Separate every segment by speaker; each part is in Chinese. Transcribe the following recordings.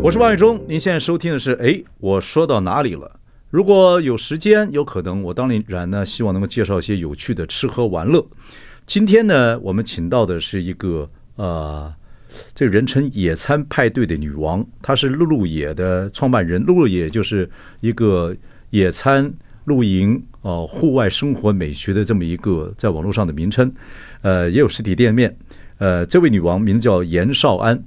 Speaker 1: 我是王伟忠，您现在收听的是，哎，我说到哪里了？如果有时间，有可能，我当然呢，希望能够介绍一些有趣的吃喝玩乐。今天呢，我们请到的是一个呃，这个人称“野餐派对”的女王，她是露露野的创办人。露露野就是一个野餐、露营、呃，户外生活美学的这么一个在网络上的名称，呃，也有实体店面。呃，这位女王名字叫严少安。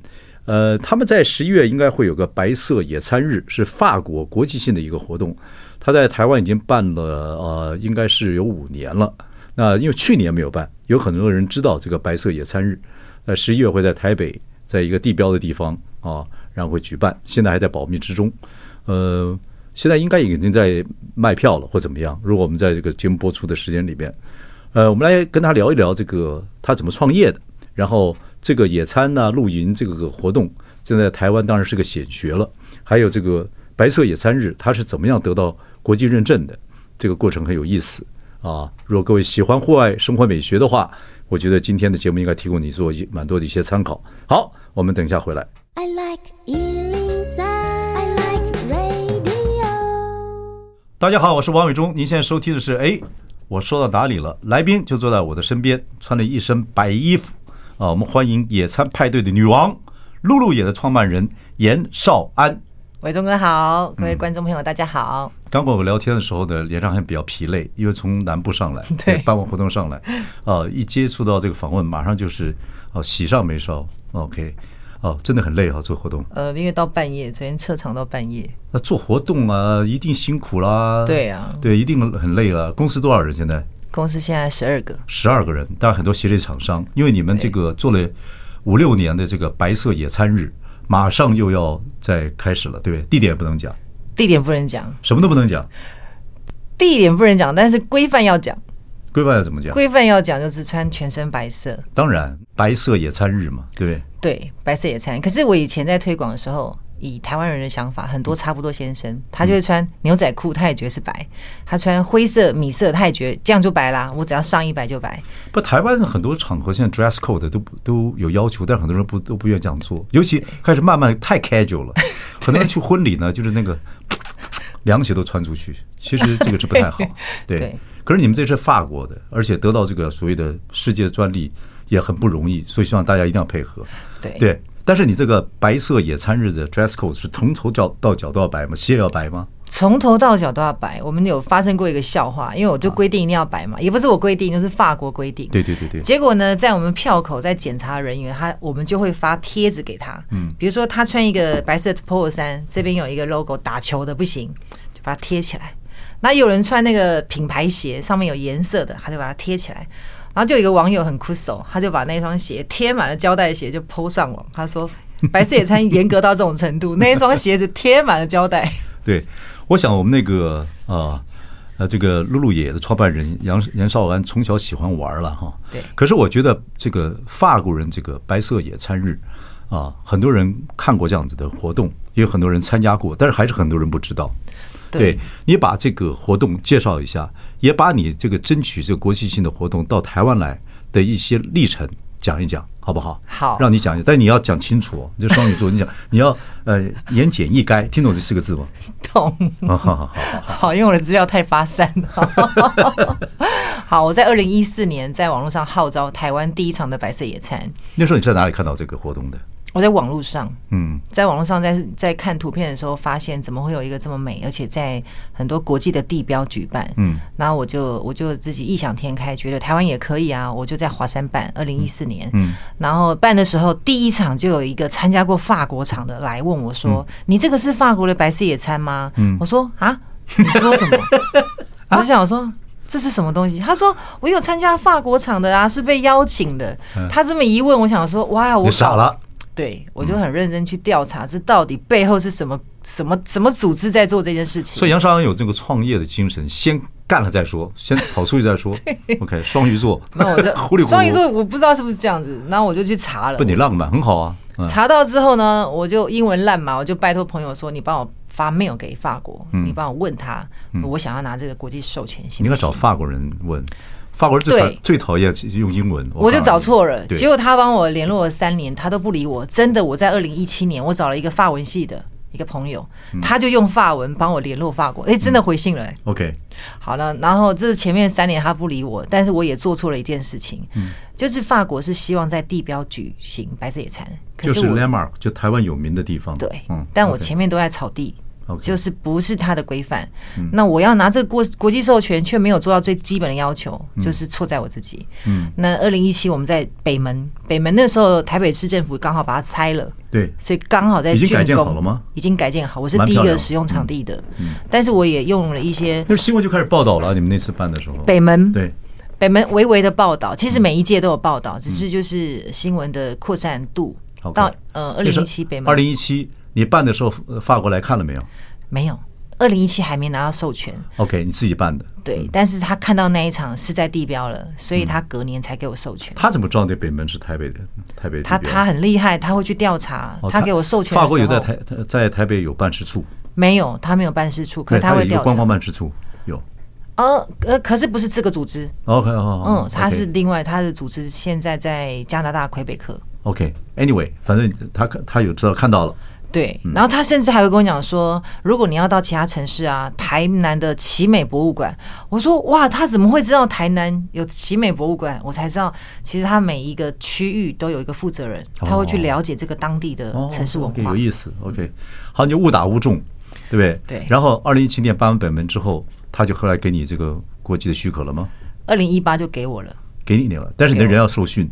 Speaker 1: 呃，他们在十一月应该会有个白色野餐日，是法国国际性的一个活动。他在台湾已经办了，呃，应该是有五年了。那因为去年没有办，有很多人知道这个白色野餐日。呃，十一月会在台北，在一个地标的地方啊，然后会举办，现在还在保密之中。呃，现在应该已经在卖票了，或怎么样？如果我们在这个节目播出的时间里面，呃，我们来跟他聊一聊这个他怎么创业的，然后。这个野餐呐、啊、露营这个活动，现在台湾当然是个显学了。还有这个白色野餐日，它是怎么样得到国际认证的？这个过程很有意思啊！如果各位喜欢户外生活美学的话，我觉得今天的节目应该提供你做一蛮多的一些参考。好，我们等一下回来。
Speaker 2: I like 103. I like radio.
Speaker 1: 大家好，我是王伟忠，您现在收听的是哎，我说到哪里了？来宾就坐在我的身边，穿了一身白衣服。啊，我们欢迎野餐派对的女王露露野的创办人严少安。
Speaker 3: 伟忠哥好，各位观众朋友大家好。
Speaker 1: 刚跟我聊天的时候呢，脸上还比较疲累，因为从南部上来，
Speaker 3: 对
Speaker 1: 办完活动上来，啊，一接触到这个访问，马上就是啊喜上眉梢。OK，啊，真的很累啊，做活动。
Speaker 3: 呃，因为到半夜，昨天撤场到半夜，
Speaker 1: 那做活动啊，一定辛苦啦。
Speaker 3: 对啊
Speaker 1: 对，一定很累了。公司多少人现在？
Speaker 3: 公司现在十二个，
Speaker 1: 十二个人，当然很多协力厂商，因为你们这个做了五六年的这个白色野餐日，马上又要再开始了，对不对？地点也不能讲，
Speaker 3: 地点不能讲，
Speaker 1: 什么都不能讲，
Speaker 3: 地点不能讲，但是规范要讲，
Speaker 1: 规范要怎么讲？
Speaker 3: 规范要讲就是穿全身白色，
Speaker 1: 当然，白色野餐日嘛，对不对？
Speaker 3: 对，白色野餐。可是我以前在推广的时候，以台湾人的想法，很多差不多先生，他就会穿牛仔裤，他也觉得是白；他穿灰色、米色，他也觉得这样就白啦。我只要上衣白就白。
Speaker 1: 不，台湾很多场合现在 dress code 都不都有要求，但很多人不都不愿意这样做，尤其开始慢慢太 casual 了。很多人去婚礼呢，就是那个凉鞋都穿出去，其实这个是不 太好。对，
Speaker 3: 对
Speaker 1: 可是你们这是法国的，而且得到这个所谓的世界专利也很不容易，所以希望大家一定要配合。
Speaker 3: 对
Speaker 1: 对，但是你这个白色野餐日的 dress code 是从头到到脚都要白吗？鞋也要白吗？
Speaker 3: 从头到脚都要白。我们有发生过一个笑话，因为我就规定一定要白嘛，也不是我规定，就是法国规定。
Speaker 1: 对对对对
Speaker 3: 结果呢，在我们票口在检查人员，他我们就会发贴子给他，嗯，比如说他穿一个白色 polo 衫，这边有一个 logo 打球的不行，就把它贴起来。那有人穿那个品牌鞋，上面有颜色的，他就把它贴起来。然后就有一个网友很酷手，他就把那双鞋贴满了胶带鞋，就 PO 上网。他说：“白色野餐严格到这种程度，那一双鞋子贴满了胶带。”
Speaker 1: 对，我想我们那个呃呃，这个露露野的创办人杨杨少安从小喜欢玩了哈。
Speaker 3: 对
Speaker 1: 可是我觉得这个法国人这个白色野餐日啊，很多人看过这样子的活动，也有很多人参加过，但是还是很多人不知道。
Speaker 3: 对
Speaker 1: 你把这个活动介绍一下，也把你这个争取这个国际性的活动到台湾来的一些历程讲一讲，好不好？
Speaker 3: 好
Speaker 1: 让你讲一讲，但你要讲清楚哦。你这双鱼座，你讲你要呃言简意赅，听懂这四个字吗？
Speaker 3: 痛。
Speaker 1: 啊，好好好。
Speaker 3: 好，因为我的资料太发散了。 好，我在二零一四年在网络上号召台湾第一场的白色野餐，
Speaker 1: 那时候你在哪里看到这个活动的？
Speaker 3: 我在网络上，
Speaker 1: 嗯，
Speaker 3: 在网络上在在看图片的时候，发现怎么会有一个这么美，而且在很多国际的地标举办，
Speaker 1: 嗯，
Speaker 3: 然后我就我就自己异想天开，觉得台湾也可以啊，我就在华山办，二零一四年，
Speaker 1: 嗯，
Speaker 3: 然后办的时候第一场就有一个参加过法国场的来问我说：“
Speaker 1: 嗯
Speaker 3: 你这个是法国的白色野餐吗？”嗯，我说：“啊，你说什么？” 我就想说。这是什么东西？他说我有参加法国场的啊，是被邀请的。他这么一问，我想说，哇，我
Speaker 1: 嗯你傻
Speaker 3: 搞
Speaker 1: 了。嗯
Speaker 3: 对，我就很认真去调查，这到底背后是什么什么什么组织在做这件事情。
Speaker 1: 所以杨尚恩有这个创业的精神，先干了再说，先跑出去再 说。OK，双鱼座，
Speaker 3: 那我
Speaker 1: 糊里
Speaker 3: 就
Speaker 1: 糊涂
Speaker 3: 双鱼座，我不知道是不是这样子，然后我就去查了
Speaker 1: 不，。你浪漫很好啊。 嗯，
Speaker 3: 查到之后呢，我就英文烂嘛，我就拜托朋友说，你帮我发 mail 给法国，你帮我问他，我想要拿这个国际授权行
Speaker 1: 嗯你应该
Speaker 3: 不行
Speaker 1: 找法国人问，法国人最
Speaker 3: 对
Speaker 1: 讨最讨厌用英文。啊
Speaker 3: 我就
Speaker 1: 告诉
Speaker 3: 找
Speaker 1: 你
Speaker 3: 错了，
Speaker 1: 对
Speaker 3: 结果他帮我联络了三年，他都不理我。真的，我在二零一七年，我找了一个法文系的一个朋友，
Speaker 1: 嗯
Speaker 3: 他就用法文帮我联络法国，哎，真的回信了、哎
Speaker 1: OK，
Speaker 3: 好了，然后这是前面三年他不理我，但是我也做错了一件事情，
Speaker 1: 嗯
Speaker 3: 就是法国是希望在地标举行白色野餐，可
Speaker 1: 就是是
Speaker 3: 我
Speaker 1: landmark，就台湾有名的地方。
Speaker 3: 对，
Speaker 1: 嗯，
Speaker 3: 但我
Speaker 1: OK
Speaker 3: 前面都在草地。
Speaker 1: OK 嗯
Speaker 3: 就是不是它的规范，那我要拿这个国国际授权，却没有做到最基本的要求，
Speaker 1: 嗯
Speaker 3: 就是错在我自己。嗯，那二零一七我们在北门，北门那时候台北市政府刚好把它拆了，
Speaker 1: 对，
Speaker 3: 所以刚好在
Speaker 1: 已经
Speaker 3: 竣
Speaker 1: 改建
Speaker 3: 工
Speaker 1: 好了吗？
Speaker 3: 已经改建好，我是
Speaker 1: 蛮
Speaker 3: 第一
Speaker 1: 漂亮嗯
Speaker 3: 个
Speaker 1: 的
Speaker 3: 使用场地的，但是我也用了一些
Speaker 1: 那新闻就开始报道了。你们那次办的时候，
Speaker 3: 北门，
Speaker 1: 对，
Speaker 3: 北门微微的报道，其实
Speaker 1: 嗯
Speaker 3: 每一届都有报道，只是就是新闻的扩散度
Speaker 1: OK
Speaker 3: 到呃二零一七北门
Speaker 1: 二零一七你办的时候，呃法国来看了没有
Speaker 3: 没有，二零一七还没拿到授权，
Speaker 1: ？OK，你自己办的。
Speaker 3: 对，但是他看到那一场是在地标了，所
Speaker 1: 嗯
Speaker 3: 以他隔年才给我授权。
Speaker 1: 他怎么知道那北门是台北的？台北的
Speaker 3: 他
Speaker 1: 地标
Speaker 3: 他很厉害，他会去调查。
Speaker 1: 哦
Speaker 3: 他给我授权的时候，
Speaker 1: 法国有在台在台北有办事处，
Speaker 3: 没有，他没有办事处，可
Speaker 1: 对，
Speaker 3: 是他会
Speaker 1: 有一个
Speaker 3: 调
Speaker 1: 观光
Speaker 3: 查。
Speaker 1: 办事处有。
Speaker 3: 呃呃，可是不是这个组织，
Speaker 1: OK，哦，
Speaker 3: 嗯，他
Speaker 1: OK
Speaker 3: 是另外他的组织，现在在加拿大魁北克。
Speaker 1: OK，Anyway，、反正他他有知道看到了，
Speaker 3: 对，
Speaker 1: 嗯
Speaker 3: 然后他甚至还会跟我讲说，如果你要到其他城市啊，台南的奇美博物馆，我说哇，他怎么会知道台南有奇美博物馆？我才知道，其实他每一个区域都有一个负责人，他会去
Speaker 1: 哦
Speaker 3: 了解这个当地的
Speaker 1: 哦，
Speaker 3: 呃城市文
Speaker 1: OK，
Speaker 3: 化
Speaker 1: 有。意思。OK，好，你就误打误中，对不对？
Speaker 3: 对
Speaker 1: 然后二零一七年搬完北门之后，他就后来给你这个国际的许可了吗？
Speaker 3: 二零一八就给我了，
Speaker 1: 给你了，但是你的
Speaker 3: 给我
Speaker 1: 人要受训。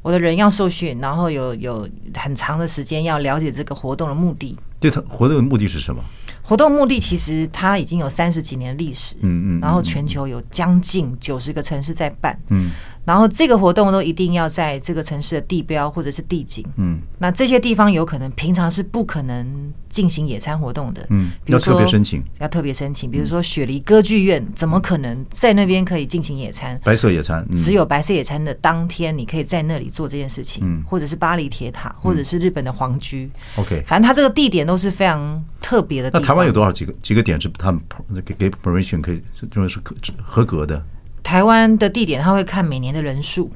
Speaker 3: 我的人要受训，然后有有很长的时间要了解这个活动的目的。
Speaker 1: 对他活动的目的是什么？
Speaker 3: 活动目的其实它已经有三十几年历史，
Speaker 1: 嗯嗯嗯
Speaker 3: 然后全球有将近九十个城市在办，
Speaker 1: 嗯，
Speaker 3: 然后这个活动都一定要在这个城市的地标或者是地景，
Speaker 1: 嗯，
Speaker 3: 那这些地方有可能平常是不可能进行野餐活动的，
Speaker 1: 嗯
Speaker 3: 比
Speaker 1: 要
Speaker 3: 如
Speaker 1: 特别
Speaker 3: 说
Speaker 1: 申请，嗯
Speaker 3: 要特别申请，比如说雪梨歌剧院怎么可能在那边可以进行野餐？
Speaker 1: 白色野餐，嗯、
Speaker 3: 只有白色野餐的当天，你可以在那里做这件事情，或者是巴黎铁塔，或者是日本的皇居。
Speaker 1: 嗯 OK。
Speaker 3: 反正它这个地点都是非常特别的地
Speaker 1: 那台
Speaker 3: 方。
Speaker 1: 湾有多少几个几个点是他们 per- 给给 permission 可以认为是可合格的？
Speaker 3: 台湾的地点，他会看每年的人数，
Speaker 1: 哦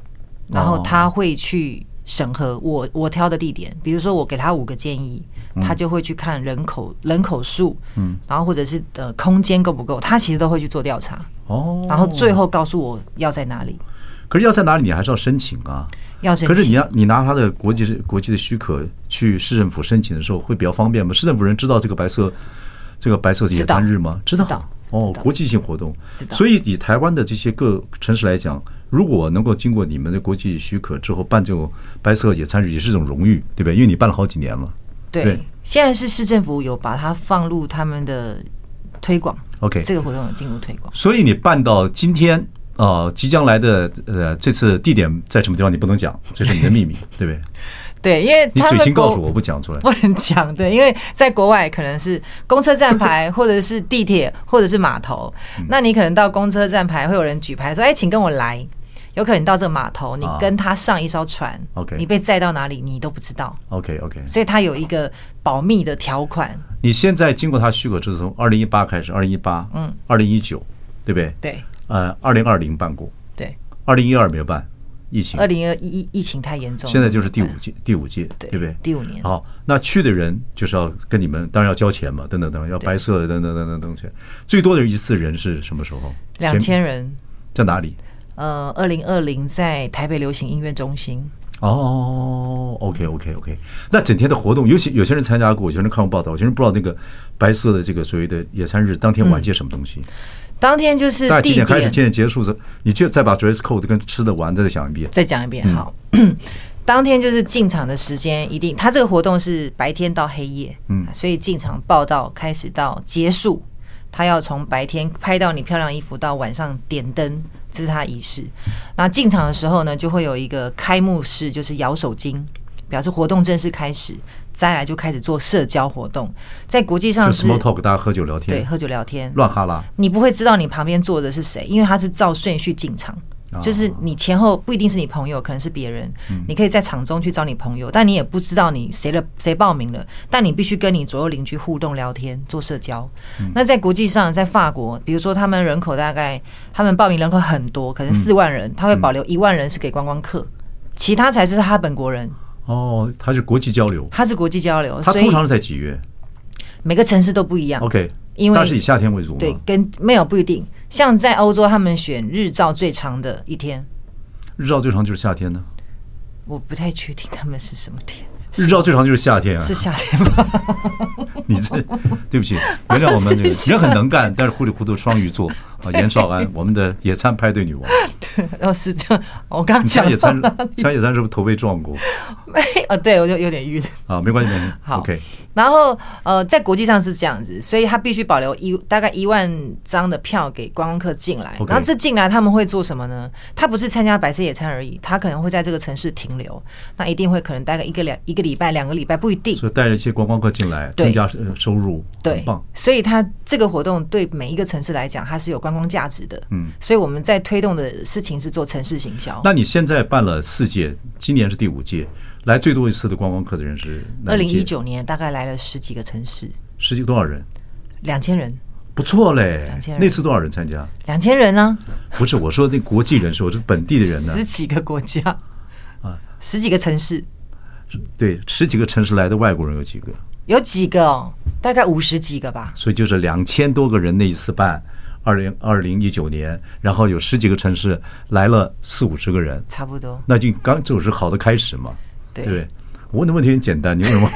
Speaker 3: 然后他会去审核我我挑的地点。比如说，我给他五个建议，
Speaker 1: 嗯
Speaker 3: 他就会去看人口人口数，嗯，然后或者是呃空间够不够，他其实都会去做调查，
Speaker 1: 哦，
Speaker 3: 然后最后告诉我要在哪里，
Speaker 1: 可是要在哪里，你还是要申请啊。
Speaker 3: 要申
Speaker 1: 可是你
Speaker 3: 请。
Speaker 1: 要你拿他的国际国际的许可去市政府申请的时候，会比较方便吗？市政府人知道这个白色这个白色野餐日吗？知
Speaker 3: 道
Speaker 1: 哦
Speaker 3: 知，道
Speaker 1: 国际性活动
Speaker 3: 知。道
Speaker 1: 所以以台湾的这些各城市来讲，如果能够经过你们的国际许可之后办这种白色野餐日，也是一种荣誉，对不对？因为你办了好几年了。
Speaker 3: 对
Speaker 1: 对，
Speaker 3: 现在是市政府有把它放入他们的推广
Speaker 1: OK
Speaker 3: 这个活动有进入推广。
Speaker 1: 所以你办到今天。啊、即将来的呃，这次地点在什么地方你不能 讲，这是你的秘密，对不对？
Speaker 3: 对，因为
Speaker 1: 你
Speaker 3: 他
Speaker 1: 嘴
Speaker 3: 们
Speaker 1: 轻告
Speaker 3: 国
Speaker 1: 诉我，我不讲出来。
Speaker 3: 不能讲，对，因为在国外可能是公车站牌，或者是地铁，或者是码头，
Speaker 1: 嗯
Speaker 3: 那你可能到公车站牌会有人举牌说：“哎，请跟我来。”有可能你到这个码头，你
Speaker 1: 啊
Speaker 3: 跟他上一艘船
Speaker 1: OK
Speaker 3: 你被载到哪里你都不知道，
Speaker 1: OK OK，
Speaker 3: 所以它有一个保密的条款。
Speaker 1: 你现在经过他许可制，从二零一八开始，二零一八，嗯，二零一九，对不对？，
Speaker 3: 对
Speaker 1: 呃，二零二零办过，
Speaker 3: 对，
Speaker 1: 二零一二没有办，疫情，
Speaker 3: 二零二一疫情太严重了，
Speaker 1: 现在就是第五届，第五届，
Speaker 3: 对
Speaker 1: 对不对？
Speaker 3: 第五年
Speaker 1: 好，那去的人就是要跟你们，当然要交钱嘛，等等等，要白色的，等等等等等钱。最多的一次人是什么时候？
Speaker 3: 两千，人。
Speaker 1: 在哪里？
Speaker 3: 呃，二零二零在台北流行音乐中心，
Speaker 1: 哦，OK OK OK，那整天的活动，尤其有些人参加过，有些人看过报道，有些人不知道那个白色的这个所谓的野餐日当天晚些什么东西。
Speaker 3: 当天嗯就是
Speaker 1: 大概
Speaker 3: 地
Speaker 1: 几点
Speaker 3: 点
Speaker 1: 开始，几点结束是？你就再把 dress code 跟吃的玩的再想一遍。
Speaker 3: 再讲一遍
Speaker 1: 嗯
Speaker 3: 好。 当天就是进场的时间，一定，他这个活动是白天到黑夜，嗯，所以进场报道开始到结束，他要从白天拍到你漂亮衣服到晚上点灯，这是他仪式。那进场的时候呢，就会有一个开幕式，就是摇手巾，表示活动正式开始，再来就开始做社交活动，在国际上
Speaker 1: 就是 small talk，大家喝酒聊天，
Speaker 3: 对喝酒聊天，
Speaker 1: 乱哈拉。
Speaker 3: 你不会知道你旁边坐的是谁，因为他是照顺序进场
Speaker 1: 哦。嗯
Speaker 3: 就是你前后不一定是你朋友，可能是别人。你可以在场中去找你朋友，但你也不知道你谁的谁报名了。但你必须跟你左右邻居互动、聊天、做社交。
Speaker 1: 嗯
Speaker 3: 那在国际上，在法国，比如说他们人口大概，他们报名人口很多，可
Speaker 1: 嗯
Speaker 3: 能四万人，他会保留一万人是给观光客，其他才是他本国人。
Speaker 1: 哦，它是国际交流，
Speaker 3: 他是国际交流，
Speaker 1: 它
Speaker 3: 所
Speaker 1: 通
Speaker 3: 以
Speaker 1: 常是在几月
Speaker 3: 每个城市都不一样。
Speaker 1: ？OK，
Speaker 3: 因为
Speaker 1: 它是以夏天为主
Speaker 3: 对
Speaker 1: 嘛，，
Speaker 3: 跟没有不一定。像在欧洲，他们选日照最长的一天，
Speaker 1: 日照最长就是夏天呢。
Speaker 3: 我不太确定他们是什么天，
Speaker 1: 日照最长就是夏天啊！
Speaker 3: 是夏天吗？
Speaker 1: 你这对不起，原谅我们这个
Speaker 3: 是啊
Speaker 1: 也很能干，但是糊里糊涂双鱼座啊，严少安，我们的野餐派对女王。
Speaker 3: 哦，是这样。我刚刚
Speaker 1: 你
Speaker 3: 讲
Speaker 1: 抢野
Speaker 3: 到
Speaker 1: 餐，抢野餐是不是头被撞过
Speaker 3: 没？ 哦，对，我就有点晕。
Speaker 1: 啊？没关系，没关系。
Speaker 3: 好
Speaker 1: OK，
Speaker 3: 然后呃，在国际上是这样子，所以他必须保留一大概一万张的票给观光客进来。
Speaker 1: OK
Speaker 3: 然后这进来他们会做什么呢？他不是参加白色野餐而已，他可能会在这个城市停留，那一定会可能待个一个两一个礼拜、两个礼拜不一定。
Speaker 1: 所以带着一些观光客进来，
Speaker 3: 对
Speaker 1: 增加呃收入，
Speaker 3: 对
Speaker 1: 很棒。，
Speaker 3: 所以它这个活动对每一个城市来讲，它是有观光价值的。
Speaker 1: 嗯，
Speaker 3: 所以我们在推动的事情是做城市行销。
Speaker 1: 那你现在办了四届，今年是第五届，来最多一次的观光客的人是
Speaker 3: 二
Speaker 1: 哪
Speaker 3: 零
Speaker 1: 届
Speaker 3: 一九年大概来了十几个城市，
Speaker 1: 十几个多少人？
Speaker 3: 两千人，
Speaker 1: 不错嘞
Speaker 3: 2000，人
Speaker 1: 那次多少人参加？
Speaker 3: 两千人呢、
Speaker 1: 不是我说那国际人士，我是本地的人啊呢
Speaker 3: 十。几个国家，十几个城市，
Speaker 1: 对，十几个城市来的外国人有几个？
Speaker 3: 有几个哦，大概五十几个吧。
Speaker 1: 所以就是两千多个人那一次办，二零二零一九年，然后有十几个城市来了四五十个人，
Speaker 3: 差不多，
Speaker 1: 那就刚就是好的开始嘛，
Speaker 3: 对
Speaker 1: 对不对？我问的问题很简单，你为什么？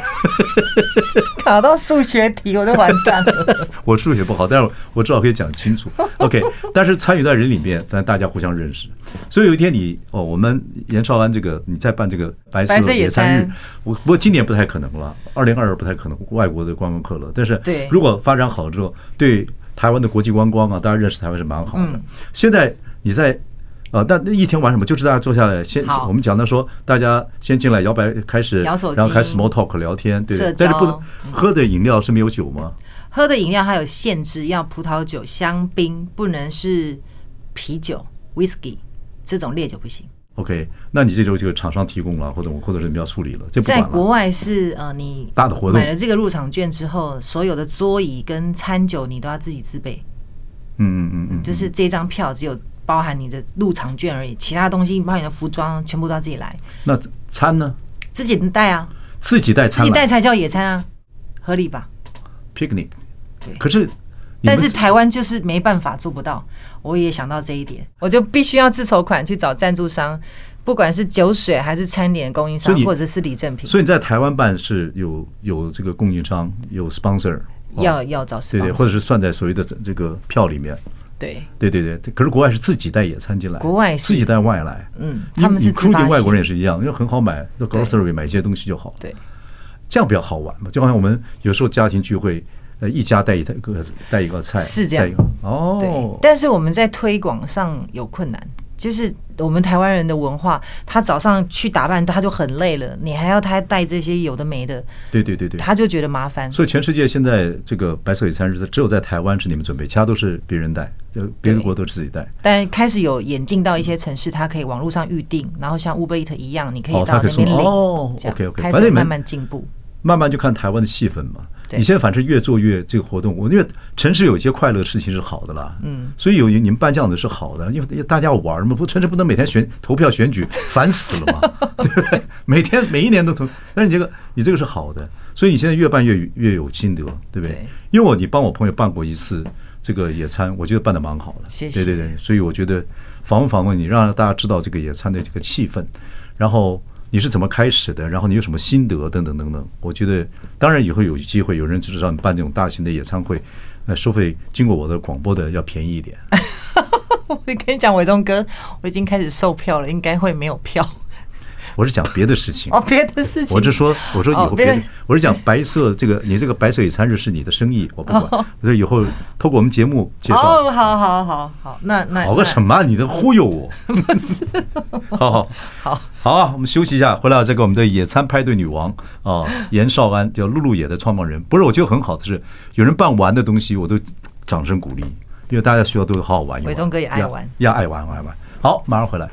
Speaker 3: 考到数学题我都完蛋了。
Speaker 1: 我数学不好，但是我至少可以讲清楚。OK，但是参与到人里面，咱大家互相认识。所以有一天你哦，我们延绍安这个，你再办这个白
Speaker 3: 白
Speaker 1: 色
Speaker 3: 色野
Speaker 1: 野餐日
Speaker 3: 餐，
Speaker 1: 我不过今年不太可能了，二零二二不太可能外国的观光客了。但是
Speaker 3: 对
Speaker 1: 如果发展好之后，对台湾的国际观光啊，大家认识台湾是蛮好的。
Speaker 3: 嗯
Speaker 1: 现在你在。呃，那那一天玩什么？就是大家坐下来，先
Speaker 3: 好
Speaker 1: 我们讲到说，大家先进来摇摆开始，
Speaker 3: 摇手机
Speaker 1: 然后开始 small talk 聊天，对
Speaker 3: 社。
Speaker 1: 但是不能
Speaker 3: 交嗯
Speaker 1: 喝的饮料是没有酒吗？
Speaker 3: 喝的饮料还有限制，要葡萄酒、香槟，不能是啤酒、whisky 这种烈酒不行。
Speaker 1: OK，那你这就这个厂商提供了，或者我或者是你要处理了，这不
Speaker 3: 在
Speaker 1: 管
Speaker 3: 国
Speaker 1: 了。
Speaker 3: 外是呃，你
Speaker 1: 大的活动
Speaker 3: 买了这个入场券之后，所有的桌椅跟餐酒你都要自己自备，
Speaker 1: 嗯嗯嗯嗯，
Speaker 3: 就是这张票只有包含你的入场券而已，其他东西包含你的服装全部都要自己来，
Speaker 1: 那餐呢？
Speaker 3: 自己带啊，
Speaker 1: 自己带
Speaker 3: 自
Speaker 1: 餐
Speaker 3: 己
Speaker 1: 来
Speaker 3: 带才叫野餐啊，合理吧？
Speaker 1: picnic，
Speaker 3: 对
Speaker 1: 可是你们
Speaker 3: 但是台湾就是没办法做不到，我也想到这一点，我就必须要自筹款去找赞助商，不管是酒水还是餐点供应商
Speaker 1: 所以，你
Speaker 3: 或者是礼赠品，
Speaker 1: 所以你在台湾办是有有这个供应商有 sponsor，哦
Speaker 3: 要要找
Speaker 1: 对对，
Speaker 3: sponsor
Speaker 1: 或者是算在所谓的这个票里面。
Speaker 3: 对
Speaker 1: 对对对，可是国外是自己带野餐进来，
Speaker 3: 国外是
Speaker 1: 自己带外来，
Speaker 3: 嗯
Speaker 1: 你
Speaker 3: 他们是
Speaker 1: 你
Speaker 3: 自发
Speaker 1: including
Speaker 3: 性
Speaker 1: 外国人也是一样，因为很好买，那 grocery 买一些东西就好了，
Speaker 3: 对。
Speaker 1: 这样比较好玩嘛。就好像我们有时候家庭聚会，呃，一家带一个带一个菜，
Speaker 3: 是这样
Speaker 1: 带一个
Speaker 3: 对
Speaker 1: 哦，，
Speaker 3: 但是我们在推广上有困难，就是我们台湾人的文化，他早上去打扮他就很累了，你还要他带这些有的没的，
Speaker 1: 对对对对。
Speaker 3: 他就觉得麻烦。
Speaker 1: 所以全世界现在这个白色野餐日，只有在台湾是你们准备，其他都是别人带，就别的国都是自己带。
Speaker 3: 但开始有演进到一些城市，它可以网络上预定，然后像 Uber Eat 一样，你可以
Speaker 1: 哦它
Speaker 3: 到
Speaker 1: 可以
Speaker 3: 那边
Speaker 1: 送
Speaker 3: 领。
Speaker 1: 哦
Speaker 3: 这样
Speaker 1: OK，OK，
Speaker 3: 开
Speaker 1: 反正
Speaker 3: 始
Speaker 1: 你们
Speaker 3: 慢慢进步。
Speaker 1: 慢慢就看台湾的戏份嘛。
Speaker 3: 对
Speaker 1: 你现在反正越做越这个活动，我因为城市有一些快乐的事情是好的啦，嗯，所以有你们办这样的是好的，因为大家玩嘛，不城市不能每天选投票选举，烦死了 嘛，对不对？每天每一年都投，但是你这个你这个是好的，所以你现在越办越越有心得，对不对？
Speaker 3: 对
Speaker 1: 因为我你帮我朋友办过一次这个野餐，我觉得办的蛮好的，
Speaker 3: 谢
Speaker 1: 对
Speaker 3: 谢
Speaker 1: 对对，所以我觉得访问访问你，让大家知道这个野餐的这个气氛，然后你是怎么开始的，然后你有什么心得等等等等。我觉得，当然以后有机会有人知道你办这种大型的野餐会，呃，收费经过我的广播的要便宜一 点。
Speaker 3: 我跟你讲，伟忠哥，我已经开始售票了，应该会没有票。
Speaker 1: 我是讲别的事情。
Speaker 3: 哦，别的事情，
Speaker 1: 我是说，我说以后
Speaker 3: 哦
Speaker 1: 别的，
Speaker 3: 别的
Speaker 1: 我是讲白色这个，你这个白色野餐日是你的生意，我不管。我说以后透过我们节目介绍，
Speaker 3: 哦，好好好好，那那
Speaker 1: 好个什
Speaker 3: 么？
Speaker 1: 么啊？你在忽悠 我？ 好好
Speaker 3: 好
Speaker 1: 好啊！我们休息一下，回来这个我们的野餐派对女王 啊，严少安叫露露野的创办人。不是，我觉得很好的是，有人办玩的东西，我都掌声鼓励，因为大家需要都好好玩一玩。
Speaker 3: 伟忠哥也爱玩
Speaker 1: 要，要爱玩，爱玩。好，马上回来。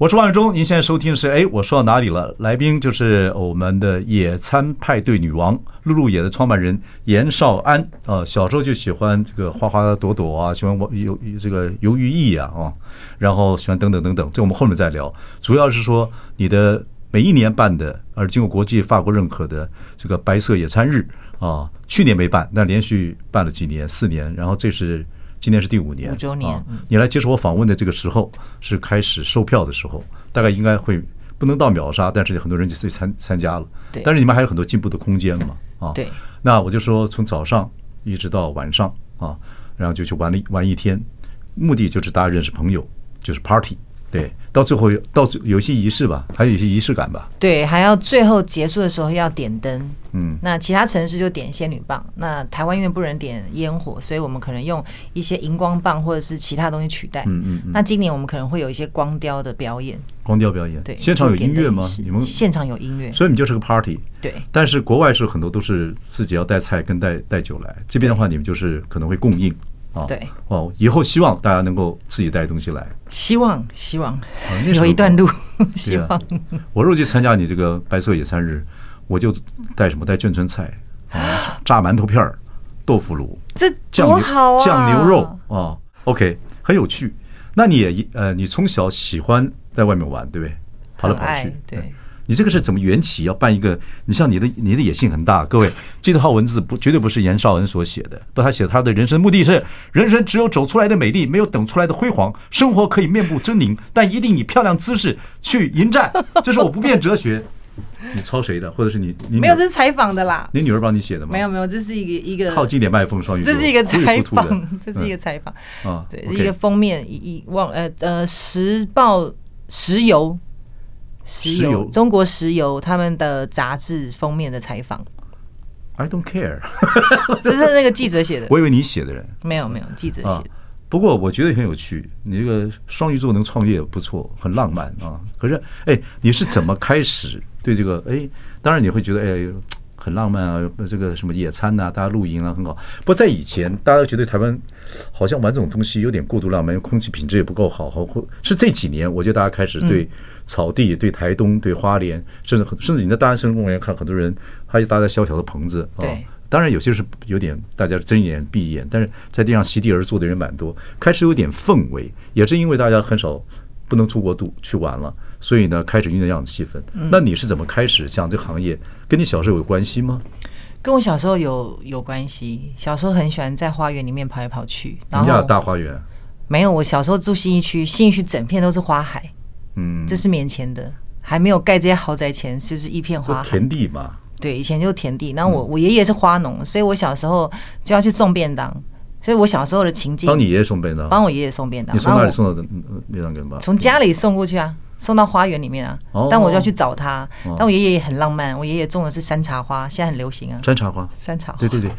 Speaker 1: 我是万永忠，您现在收听的是哎，我说到哪里了？来宾就是我们的野餐派对女王露露野的创办人严少安啊、小时候就喜欢这个花花朵朵啊，喜欢我有这个游于艺啊啊，然后喜欢等等等等，这我们后面再聊。主要是说你的每一年办的，而经过国际法国认可的这个白色野餐日啊，去年没办，但连续办了几年，四年，然后这是今年是第五年，
Speaker 3: 五周年
Speaker 1: 啊你来接受我访问的这个时候是开始售票的时候，大概应该会不能到秒杀，但是很多人就去参参加了。
Speaker 3: 对
Speaker 1: 但是你们还有很多进步的空间嘛，啊，
Speaker 3: 对。
Speaker 1: 那我就说从早上一直到晚上啊，然后就去玩了一玩一天，目的就是大家认识朋友，就是 party。对，到最后有到最有些仪式吧，还有一些仪式感吧。
Speaker 3: 对，还要最后结束的时候要点灯。
Speaker 1: 嗯，
Speaker 3: 那其他城市就点仙女棒，那台湾因为不能点烟火，所以我们可能用一些荧光棒或者是其他东西取代。
Speaker 1: 嗯嗯嗯
Speaker 3: 那今年我们可能会有一些光雕的表演，
Speaker 1: 光雕表演，
Speaker 3: 对，
Speaker 1: 现场有音乐吗
Speaker 3: 做点灯仪？式
Speaker 1: 你们，
Speaker 3: 现场有音乐，
Speaker 1: 所以你们就是个 party。
Speaker 3: 对
Speaker 1: 但是国外是很多都是自己要带菜跟带带酒来，这边的话你们就是可能会供应啊。
Speaker 3: 对
Speaker 1: 哦，以后希望大家能够自己带东西来。啊
Speaker 3: 希望希望、
Speaker 1: 那是
Speaker 3: 有
Speaker 1: 很
Speaker 3: 一段
Speaker 1: 好
Speaker 3: 路，希
Speaker 1: 对啊
Speaker 3: 望、
Speaker 1: 我如果去参加你这个白色野餐日，我就带什么？带卷春菜， 啊，炸馒头片儿、豆腐乳、
Speaker 3: 这
Speaker 1: 酱
Speaker 3: 多
Speaker 1: 牛、
Speaker 3: 好啊！
Speaker 1: 酱牛肉啊。OK，很有趣。那你也一呃，你从小喜欢在外面玩，对不对？跑来跑
Speaker 3: 很爱
Speaker 1: 去，嗯
Speaker 3: 对。
Speaker 1: 你这个是怎么缘起要办一个？你像你的你的野性很大， 各位，这套文字不绝对不是严少恩所写的，不，他写他的人生目的是：人生只有走出来的美丽，没有等出来的辉煌。生活可以面目狰狞，但一定以漂亮姿势去迎战，这是我 不变哲学。你抄谁的？或者是你你女
Speaker 3: 没有，这是采访的啦，
Speaker 1: 你女儿帮你写的吗？
Speaker 3: 没有，没有，这是一个一个
Speaker 1: 嗯靠近点麦克风，双鱼座，
Speaker 3: 这是一个
Speaker 1: 糊里
Speaker 3: 采
Speaker 1: 糊涂的
Speaker 3: 访，这是一个
Speaker 1: 嗯
Speaker 3: 采访。
Speaker 1: 啊
Speaker 3: 对，
Speaker 1: OK
Speaker 3: 一个封面一一忘呃呃，时报石油，石
Speaker 1: 石油
Speaker 3: 中国石油他们的杂志封面的采访，
Speaker 1: I don't care，
Speaker 3: 这是那个记者写的，
Speaker 1: 我以为你写的人。
Speaker 3: 没有没有记者
Speaker 1: 啊
Speaker 3: 写的。。
Speaker 1: 不过我觉得很有趣，你这个双鱼座能创业不错，很浪漫啊。可是，哎，你是怎么开始对这个？哎，当然你会觉得哎很浪漫啊，这个什么野餐呐、大家露营啊，很好。不过在以前，大家觉得台湾好像玩这种东西有点过度浪漫，因为空气品质也不够好。好，或是这几年，我觉得大家开始
Speaker 3: 嗯
Speaker 1: 对草地、对台东、对花莲，甚至很甚至你在大安森林公园看很多人，还有大家小小的棚子啊。
Speaker 3: 对
Speaker 1: 当然有些是有点大家睁眼闭眼，但是在地上席地而坐的人蛮多，开始有点氛围，也是因为大家很少不能出国度去玩了，所以呢开始有那样的气氛。
Speaker 3: 嗯
Speaker 1: 那你是怎么开始想这个行业？跟你小时候有关系吗？
Speaker 3: 跟我小时候有有关系，小时候很喜欢在花园里面跑来跑去，
Speaker 1: 你
Speaker 3: 然
Speaker 1: 们家有大
Speaker 3: 后
Speaker 1: 花园，
Speaker 3: 没有我小时候住信义区，信义区整片都是花海，
Speaker 1: 嗯，
Speaker 3: 这是免钱的，还没有盖这些豪宅前，就是一片
Speaker 1: 就
Speaker 3: 花海。
Speaker 1: 田地嘛，
Speaker 3: 对，以前就田地。然后
Speaker 1: 嗯
Speaker 3: 我、我爷爷是花农，所以我小时候就要去送便当，所以我小时候的情境，
Speaker 1: 帮你爷爷送便当，
Speaker 3: 帮我爷爷送便当，
Speaker 1: 你从哪
Speaker 3: 然后
Speaker 1: 里
Speaker 3: 我
Speaker 1: 送到的呃便当给你爸？
Speaker 3: 从家里送过去啊，送到花园里面啊。
Speaker 1: 哦
Speaker 3: 但我就要去找他。
Speaker 1: 哦
Speaker 3: 但我爷爷也很浪漫，我爷爷种的是山茶花，现在很流行啊，
Speaker 1: 山茶花，
Speaker 3: 山茶花
Speaker 1: 对。对对。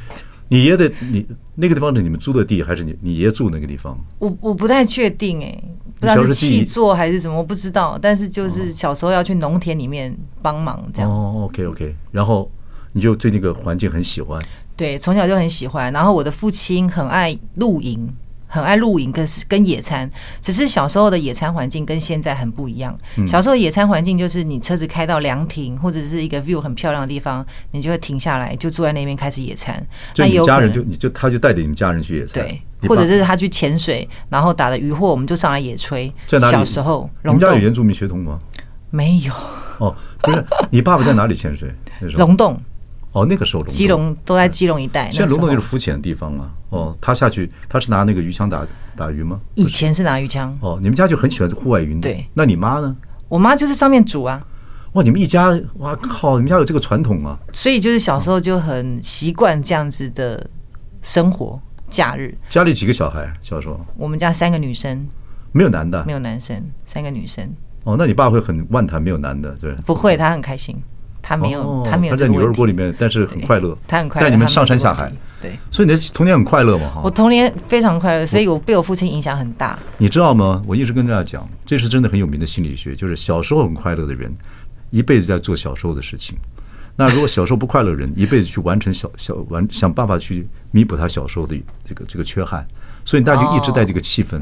Speaker 1: 你爷爷的你那个地方是你们租的地，还是你你爷爷住那个地方？
Speaker 3: 我我不太确定哎、不知道
Speaker 1: 小时候
Speaker 3: 是
Speaker 1: 记忆
Speaker 3: 气作还是什么，我不知道。但是就是小时候要去农田里面帮忙这样。
Speaker 1: 哦，OK OK，然后你就对那个环境很喜欢，
Speaker 3: 对，从小就很喜欢。然后我的父亲很爱露营，很爱露营跟跟野餐，只是小时候的野餐环境跟现在很不一样。
Speaker 1: 嗯
Speaker 3: 小时候野餐环境就是你车子开到凉亭或者是一个 view 很漂亮的地方，你就会停下来，就坐在那边开始野餐。
Speaker 1: 就
Speaker 3: 那
Speaker 1: 你们
Speaker 3: 有可
Speaker 1: 家
Speaker 3: 能
Speaker 1: 人就你就他就带着你们家人去野餐，
Speaker 3: 对。
Speaker 1: 你
Speaker 3: 或者
Speaker 1: 爸
Speaker 3: 是他去潜水，然后打了渔获，我们就上来野炊。
Speaker 1: 在哪里？
Speaker 3: 小时候，
Speaker 1: 你们
Speaker 3: 龙
Speaker 1: 家有
Speaker 3: 洞
Speaker 1: 原住民血统吗？
Speaker 3: 没有，
Speaker 1: 哦，不是，你爸爸在哪里潜水？那时候
Speaker 3: 龙洞、
Speaker 1: 哦，那个时候龙
Speaker 3: 基
Speaker 1: 洞，
Speaker 3: 隆都在基隆一带。
Speaker 1: 现在
Speaker 3: 那时
Speaker 1: 龙洞
Speaker 3: 候
Speaker 1: 就是浮潜的地方了。哦，他下去，他是拿那个鱼枪打打鱼吗？
Speaker 3: 以前是拿鱼枪，
Speaker 1: 哦，你们家就很喜欢户外运动。
Speaker 3: 对，
Speaker 1: 那你妈呢？
Speaker 3: 我妈就是上面煮啊。
Speaker 1: 哇，你们一家，哇靠，你们家有这个传统啊！
Speaker 3: 所以就是小时候就很习惯这样子的生活，假日，
Speaker 1: 家里几个小孩？小时候
Speaker 3: 我们家三个女生，
Speaker 1: 没有男的
Speaker 3: 没，有男生，三个女生。
Speaker 1: 哦，那你爸会很万谈没有男的，对？
Speaker 3: 不会，他很开心，他没有，
Speaker 1: 哦
Speaker 3: 他没有
Speaker 1: 在
Speaker 3: 这个
Speaker 1: 女
Speaker 3: 问
Speaker 1: 儿
Speaker 3: 题
Speaker 1: 国里面，但是很快乐，
Speaker 3: 他很快乐，
Speaker 1: 带你
Speaker 3: 他没
Speaker 1: 们
Speaker 3: 有
Speaker 1: 上山
Speaker 3: 这
Speaker 1: 下
Speaker 3: 个问
Speaker 1: 海哦
Speaker 3: 题，对。
Speaker 1: 所以你的童年很快乐嘛？
Speaker 3: 我
Speaker 1: 哈，
Speaker 3: 童年非常快乐，所以我被我父亲影响很大。
Speaker 1: 你知道吗？我一直跟大家讲，这是真的很有名的心理学，就是小时候很快乐的人，一辈子在做小时候的事情。那如果小时候不快乐的人， 一辈子去完成小小完想办法去弥补他小时候的这个这个缺憾，所以大家就一直带这个气氛，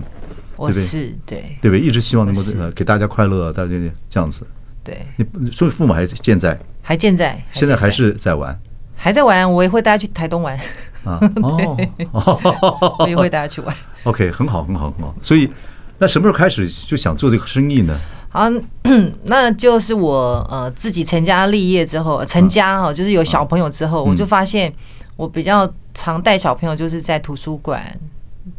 Speaker 3: 我
Speaker 1: 对不对
Speaker 3: 是对
Speaker 1: 对不对？一直希望能够
Speaker 3: 哦是
Speaker 1: 呃给大家快乐，大家这样子。
Speaker 3: 对，
Speaker 1: 你所以父母还健在，
Speaker 3: 还健在，
Speaker 1: 现在还
Speaker 3: 健
Speaker 1: 是在玩
Speaker 3: 还在玩，我也会带他去台 东玩，
Speaker 1: 啊？哦，
Speaker 3: 我也会带他去玩。
Speaker 1: OK，很好，很好，很好。所以，那什么时候开始就想做这个生意呢？
Speaker 3: 好， 那就是我呃自己成家立业之后，呃成家
Speaker 1: 嗯
Speaker 3: 哈、就是有小朋友之后，我就发现我比较常带小朋友，就是在图书馆、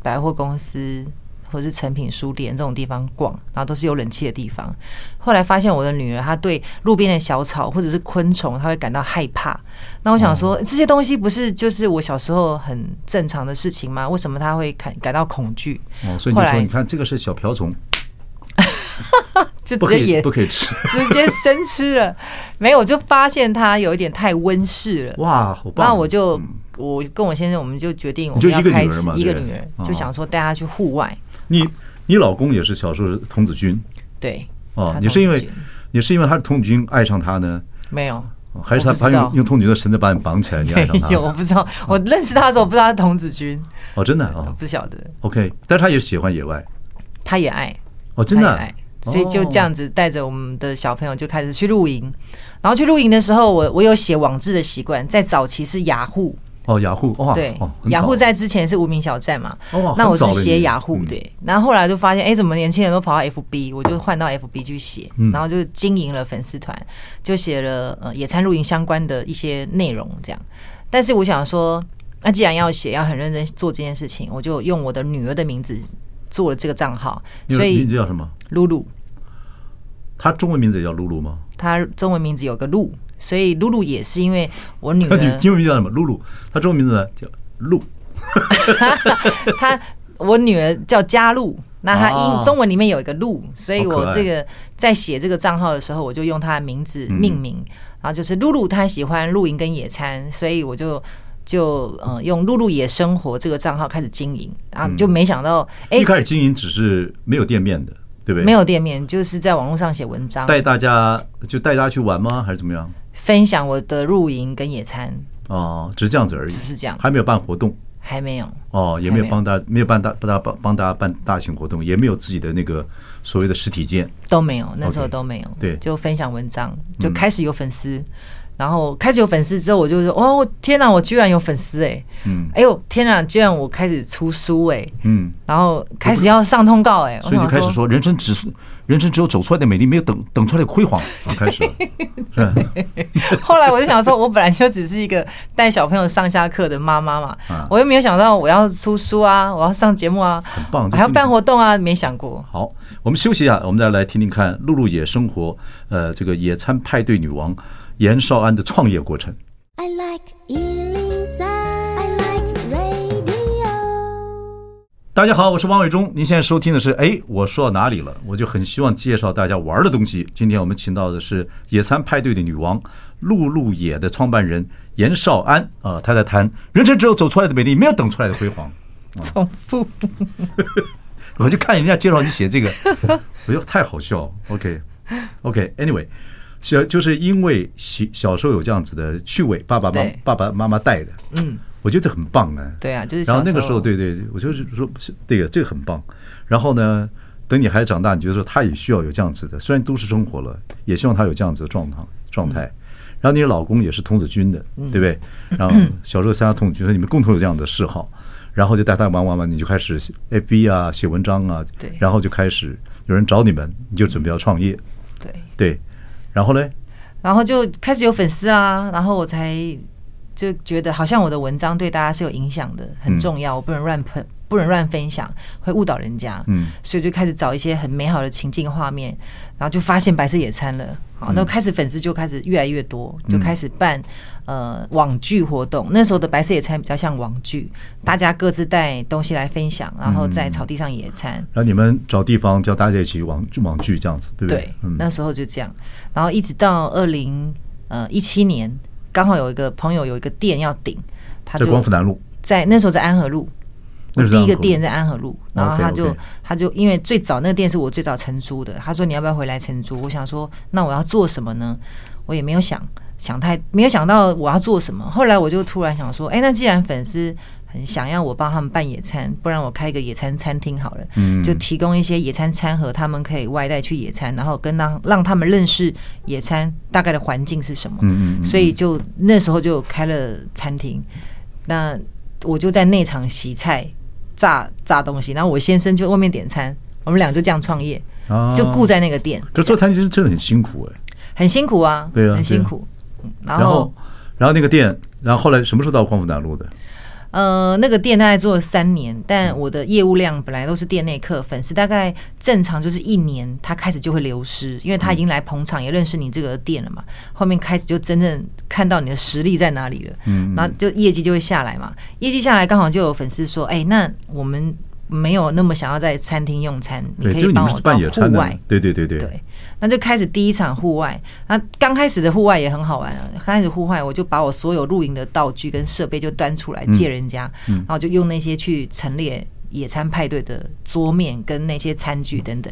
Speaker 3: 百货公司或是成品书店这种地方逛，然后都是有冷气的地方。后来发现我的女儿她对路边的小草或者是昆虫，她会感到害怕。那我想说，
Speaker 1: 嗯
Speaker 3: 这些东西不是就是我小时候很正常的事情吗？为什么她会感感到恐惧？
Speaker 1: 哦，所以
Speaker 3: 后
Speaker 1: 你
Speaker 3: 来
Speaker 1: 说，你看这个是小瓢虫，
Speaker 3: 就
Speaker 1: 不
Speaker 3: 直
Speaker 1: 可
Speaker 3: 接
Speaker 1: 以
Speaker 3: 也
Speaker 1: 不可以吃。
Speaker 3: 直接生吃了。没有，我就发现他有一点太温室了。
Speaker 1: 哇，好棒！啊
Speaker 3: 那我就我跟我先生，我们就决定我
Speaker 1: 你就
Speaker 3: 们要
Speaker 1: 一个女儿
Speaker 3: 开始
Speaker 1: 嘛
Speaker 3: 一个
Speaker 1: 对
Speaker 3: 女儿
Speaker 1: 哦，
Speaker 3: 就想说带她去户外。
Speaker 1: 你你老公也是小时候是童子军
Speaker 3: 对，
Speaker 1: 哦
Speaker 3: 她，
Speaker 1: 你是因
Speaker 3: 同
Speaker 1: 为
Speaker 3: 居
Speaker 1: 你是因为他是童子军爱上他呢，
Speaker 3: 没有？
Speaker 1: 哦还是
Speaker 3: 我
Speaker 1: 他
Speaker 3: 不
Speaker 1: 把
Speaker 3: 知
Speaker 1: 你
Speaker 3: 道
Speaker 1: 用童子军的绳子把你绑起来，你爱
Speaker 3: 没
Speaker 1: 上哦他？
Speaker 3: 有，我不知道。我认识他的时候，我不知道他是童子军，
Speaker 1: 哦，真的
Speaker 3: 我
Speaker 1: 哦
Speaker 3: 不晓得。
Speaker 1: ，OK，但是他也喜欢野外
Speaker 3: 他也爱，
Speaker 1: 哦，真的
Speaker 3: 他
Speaker 1: 啊
Speaker 3: 也爱，所以就这样子带着我们的小朋友就开始去露营。然后去露营的时候，我我有写网志的习惯，在早期是雅虎，
Speaker 1: 哦，雅虎哇，
Speaker 3: 对
Speaker 1: 哦，很
Speaker 3: 雅虎
Speaker 1: 早
Speaker 3: 在之前是无名小站嘛
Speaker 1: 哦，
Speaker 3: 那我是
Speaker 1: 很早了
Speaker 3: 写
Speaker 1: 你
Speaker 3: 雅虎
Speaker 1: 嗯
Speaker 3: 对，然后后来就发现，哎，怎么年轻人都跑到 FB，我就换到 FB 去写，
Speaker 1: 嗯
Speaker 3: 然后就经营了粉丝团，就写了呃野餐露营相关的一些内容这样。但是我想说，那既然要写，要很认真做这件事情，我就用我的女儿的名字做了这个账号，
Speaker 1: 你
Speaker 3: 所
Speaker 1: 你
Speaker 3: 以
Speaker 1: 你叫什么？
Speaker 3: 露露
Speaker 1: 他中文名字也叫露露吗？
Speaker 3: 她中文名字有个露，所以露露也是因为我女
Speaker 1: 他
Speaker 3: 儿
Speaker 1: 就 英文名叫什么？露露，他中文名字呢叫露。
Speaker 3: 她我女儿叫佳露，那她
Speaker 1: 哦
Speaker 3: 英中文里面有一个露，所以
Speaker 1: 好可
Speaker 3: 我
Speaker 1: 爱
Speaker 3: 这个在写这个账号的时候，我就用她的名字命名。
Speaker 1: 嗯
Speaker 3: 然后就是露露，她喜欢露营跟野餐，所以我就就呃用露露野生活这个账号开始经营，然后就没想到哎、
Speaker 1: 嗯一开始经营只是没有店面的，对不对？
Speaker 3: 没有店面，就是在网络上写文章，
Speaker 1: 带大家就带大家去玩吗？还是怎么样？
Speaker 3: 分享我的露营跟野餐，
Speaker 1: 哦，只是这样子而已，
Speaker 3: 只是这样
Speaker 1: 还没有办活动
Speaker 3: 还没有。
Speaker 1: 哦，也
Speaker 3: 还
Speaker 1: 没有
Speaker 3: 没有
Speaker 1: 帮大家没有办大帮大帮帮大家办大型活动，也没有自己的那个所谓的实体店。
Speaker 3: 都没有，那时候
Speaker 1: OK，
Speaker 3: 都没有。
Speaker 1: 对嗯
Speaker 3: 就分享文章，就开始有粉丝。然后开始有粉丝之后，我就说：“哦，天哪，我居然有粉丝哎、
Speaker 1: 嗯
Speaker 3: 哎呦，天哪，居然我开始出书哎、
Speaker 1: 嗯，
Speaker 3: 然后开始要上通告哎、我
Speaker 1: 所以就
Speaker 3: 想
Speaker 1: 开始说，人生只是人生只有走出来的美丽，没有等等出来的辉煌。啊开始了，是吧
Speaker 3: 后来我就想说，我本来就只是一个带小朋友上下课的妈妈嘛，
Speaker 1: 啊
Speaker 3: 我又没有想到我要出书啊，我要上节目啊，
Speaker 1: 很棒，这
Speaker 3: 还要
Speaker 1: 经历
Speaker 3: 办活动啊，没想过。
Speaker 1: 好，我们休息一下，我们再来听听看露露野生活，呃，这个野餐派对女王严少安的创业过程。
Speaker 2: I like Ealing Sound. I like radio.
Speaker 1: 大家好，我是王伟忠。您现在收听的是，哎，我说到哪里了？我就很希望介绍大家玩的东西。今天我们请到的是野餐派对的女王露露野的创办人严少安啊、呃她在谈人生只有走出来的美丽，没有等出来的辉 煌。
Speaker 3: 重复，
Speaker 1: 我就看人家介绍你写这个，我觉得太好笑了。OK，OK，Anyway，、小就是因为小小时候有这样子的趣味，爸爸妈
Speaker 3: 对
Speaker 1: 爸爸妈妈带的，
Speaker 3: 嗯，
Speaker 1: 我觉得这很棒啊。
Speaker 3: 对啊，就是小
Speaker 1: 然后那个时
Speaker 3: 时
Speaker 1: 候，对对，对我就是说，是这个这个很棒。然后呢，等你孩子长大，你觉得说他也需要有这样子的，虽然都市生活了，也希望他有这样子的状态状
Speaker 3: 嗯
Speaker 1: 态。然后你的老公也是童子军的，对不对？然后小时候参加童子军，所以你们共同有这样的嗜好，然后就带他玩玩玩，你就开始 FB 啊，写文章啊，
Speaker 3: 对
Speaker 1: 然后就开始有人找你们，你就准备要创业，
Speaker 3: 对，
Speaker 1: 对。然后呢，
Speaker 3: 然后就开始有粉丝啊，然后我才就觉得好像我的文章对大家是有影响的，很重要，我不能乱碰不能乱分享，会误导人家。
Speaker 1: 嗯，
Speaker 3: 所以就开始找一些很美好的情境画面，然后就发现白色野餐了。好，那开始粉丝就开始越来越多，就开始办呃网剧活动。那时候的白色野餐比较像网剧，大家各自带东西来分享，然后在草地上野餐。
Speaker 1: 然后你们找地方叫大家一起网网剧这样子，对嗯不
Speaker 3: 对，那时候就这样，然后一直到二零呃一七年，刚好有一个朋友有一个店要顶，他
Speaker 1: 在
Speaker 3: 就
Speaker 1: 光复南路，
Speaker 3: 在那时候在安和路，
Speaker 1: 那
Speaker 3: 我
Speaker 1: 时候在安
Speaker 3: 第一
Speaker 1: 和
Speaker 3: 个
Speaker 1: 路
Speaker 3: 店在安和路，然后他
Speaker 1: OK，OK
Speaker 3: 就他就因为最早那个店是我最早承租的，他说你要不要回来承租？我想说那我要做什么呢？我也没有想想太没有想到我要做什么，后来我就突然想说，哎，那既然粉丝。很想要我帮他们办野餐，不然我开一个野餐餐厅好了，
Speaker 1: 嗯
Speaker 3: 就提供一些野餐餐盒，他们可以外带去野餐，然后跟让让他们认识野餐大概的环境是什么。
Speaker 1: 嗯嗯嗯，
Speaker 3: 所以就那时候就开了餐厅，那我就在内场洗菜、炸炸东西，然后我先生就外面点餐，我们俩就这样创业，
Speaker 1: 啊
Speaker 3: 就顾。在那个店，
Speaker 1: 可是做餐厅真的很辛苦哎、
Speaker 3: 很辛苦啊，
Speaker 1: 对啊啊
Speaker 3: 很辛苦。嗯然
Speaker 1: 然
Speaker 3: 后
Speaker 1: 后，然后那个店，然后后来什么时候到光复南路的？
Speaker 3: 呃，那个店大概做了三年，但我的业务量本来都是店内客，粉丝大概正常就是一年，他开始就会流失，因为他已经来捧场，也认识你这个店了嘛，后面开始就真正看到你的实力在哪里了。
Speaker 1: 嗯，
Speaker 3: 那就业绩就会下来嘛。业绩下来，刚好就有粉丝说：“哎、那我们没有那么想要在餐厅用餐，你
Speaker 1: 对，
Speaker 3: 可
Speaker 1: 就是
Speaker 3: 以
Speaker 1: 你
Speaker 3: 帮
Speaker 1: 们
Speaker 3: 我
Speaker 1: 是
Speaker 3: 到
Speaker 1: 办野餐
Speaker 3: 户外
Speaker 1: 的。，对对对对，
Speaker 3: 对，那就开始第一场户外。那刚开始的户外也很好玩啊。刚开始户外，我就把我所有露营的道具跟设备就端出来借人家，然后就用那些去陈列野餐派对的桌面跟那些餐具等等。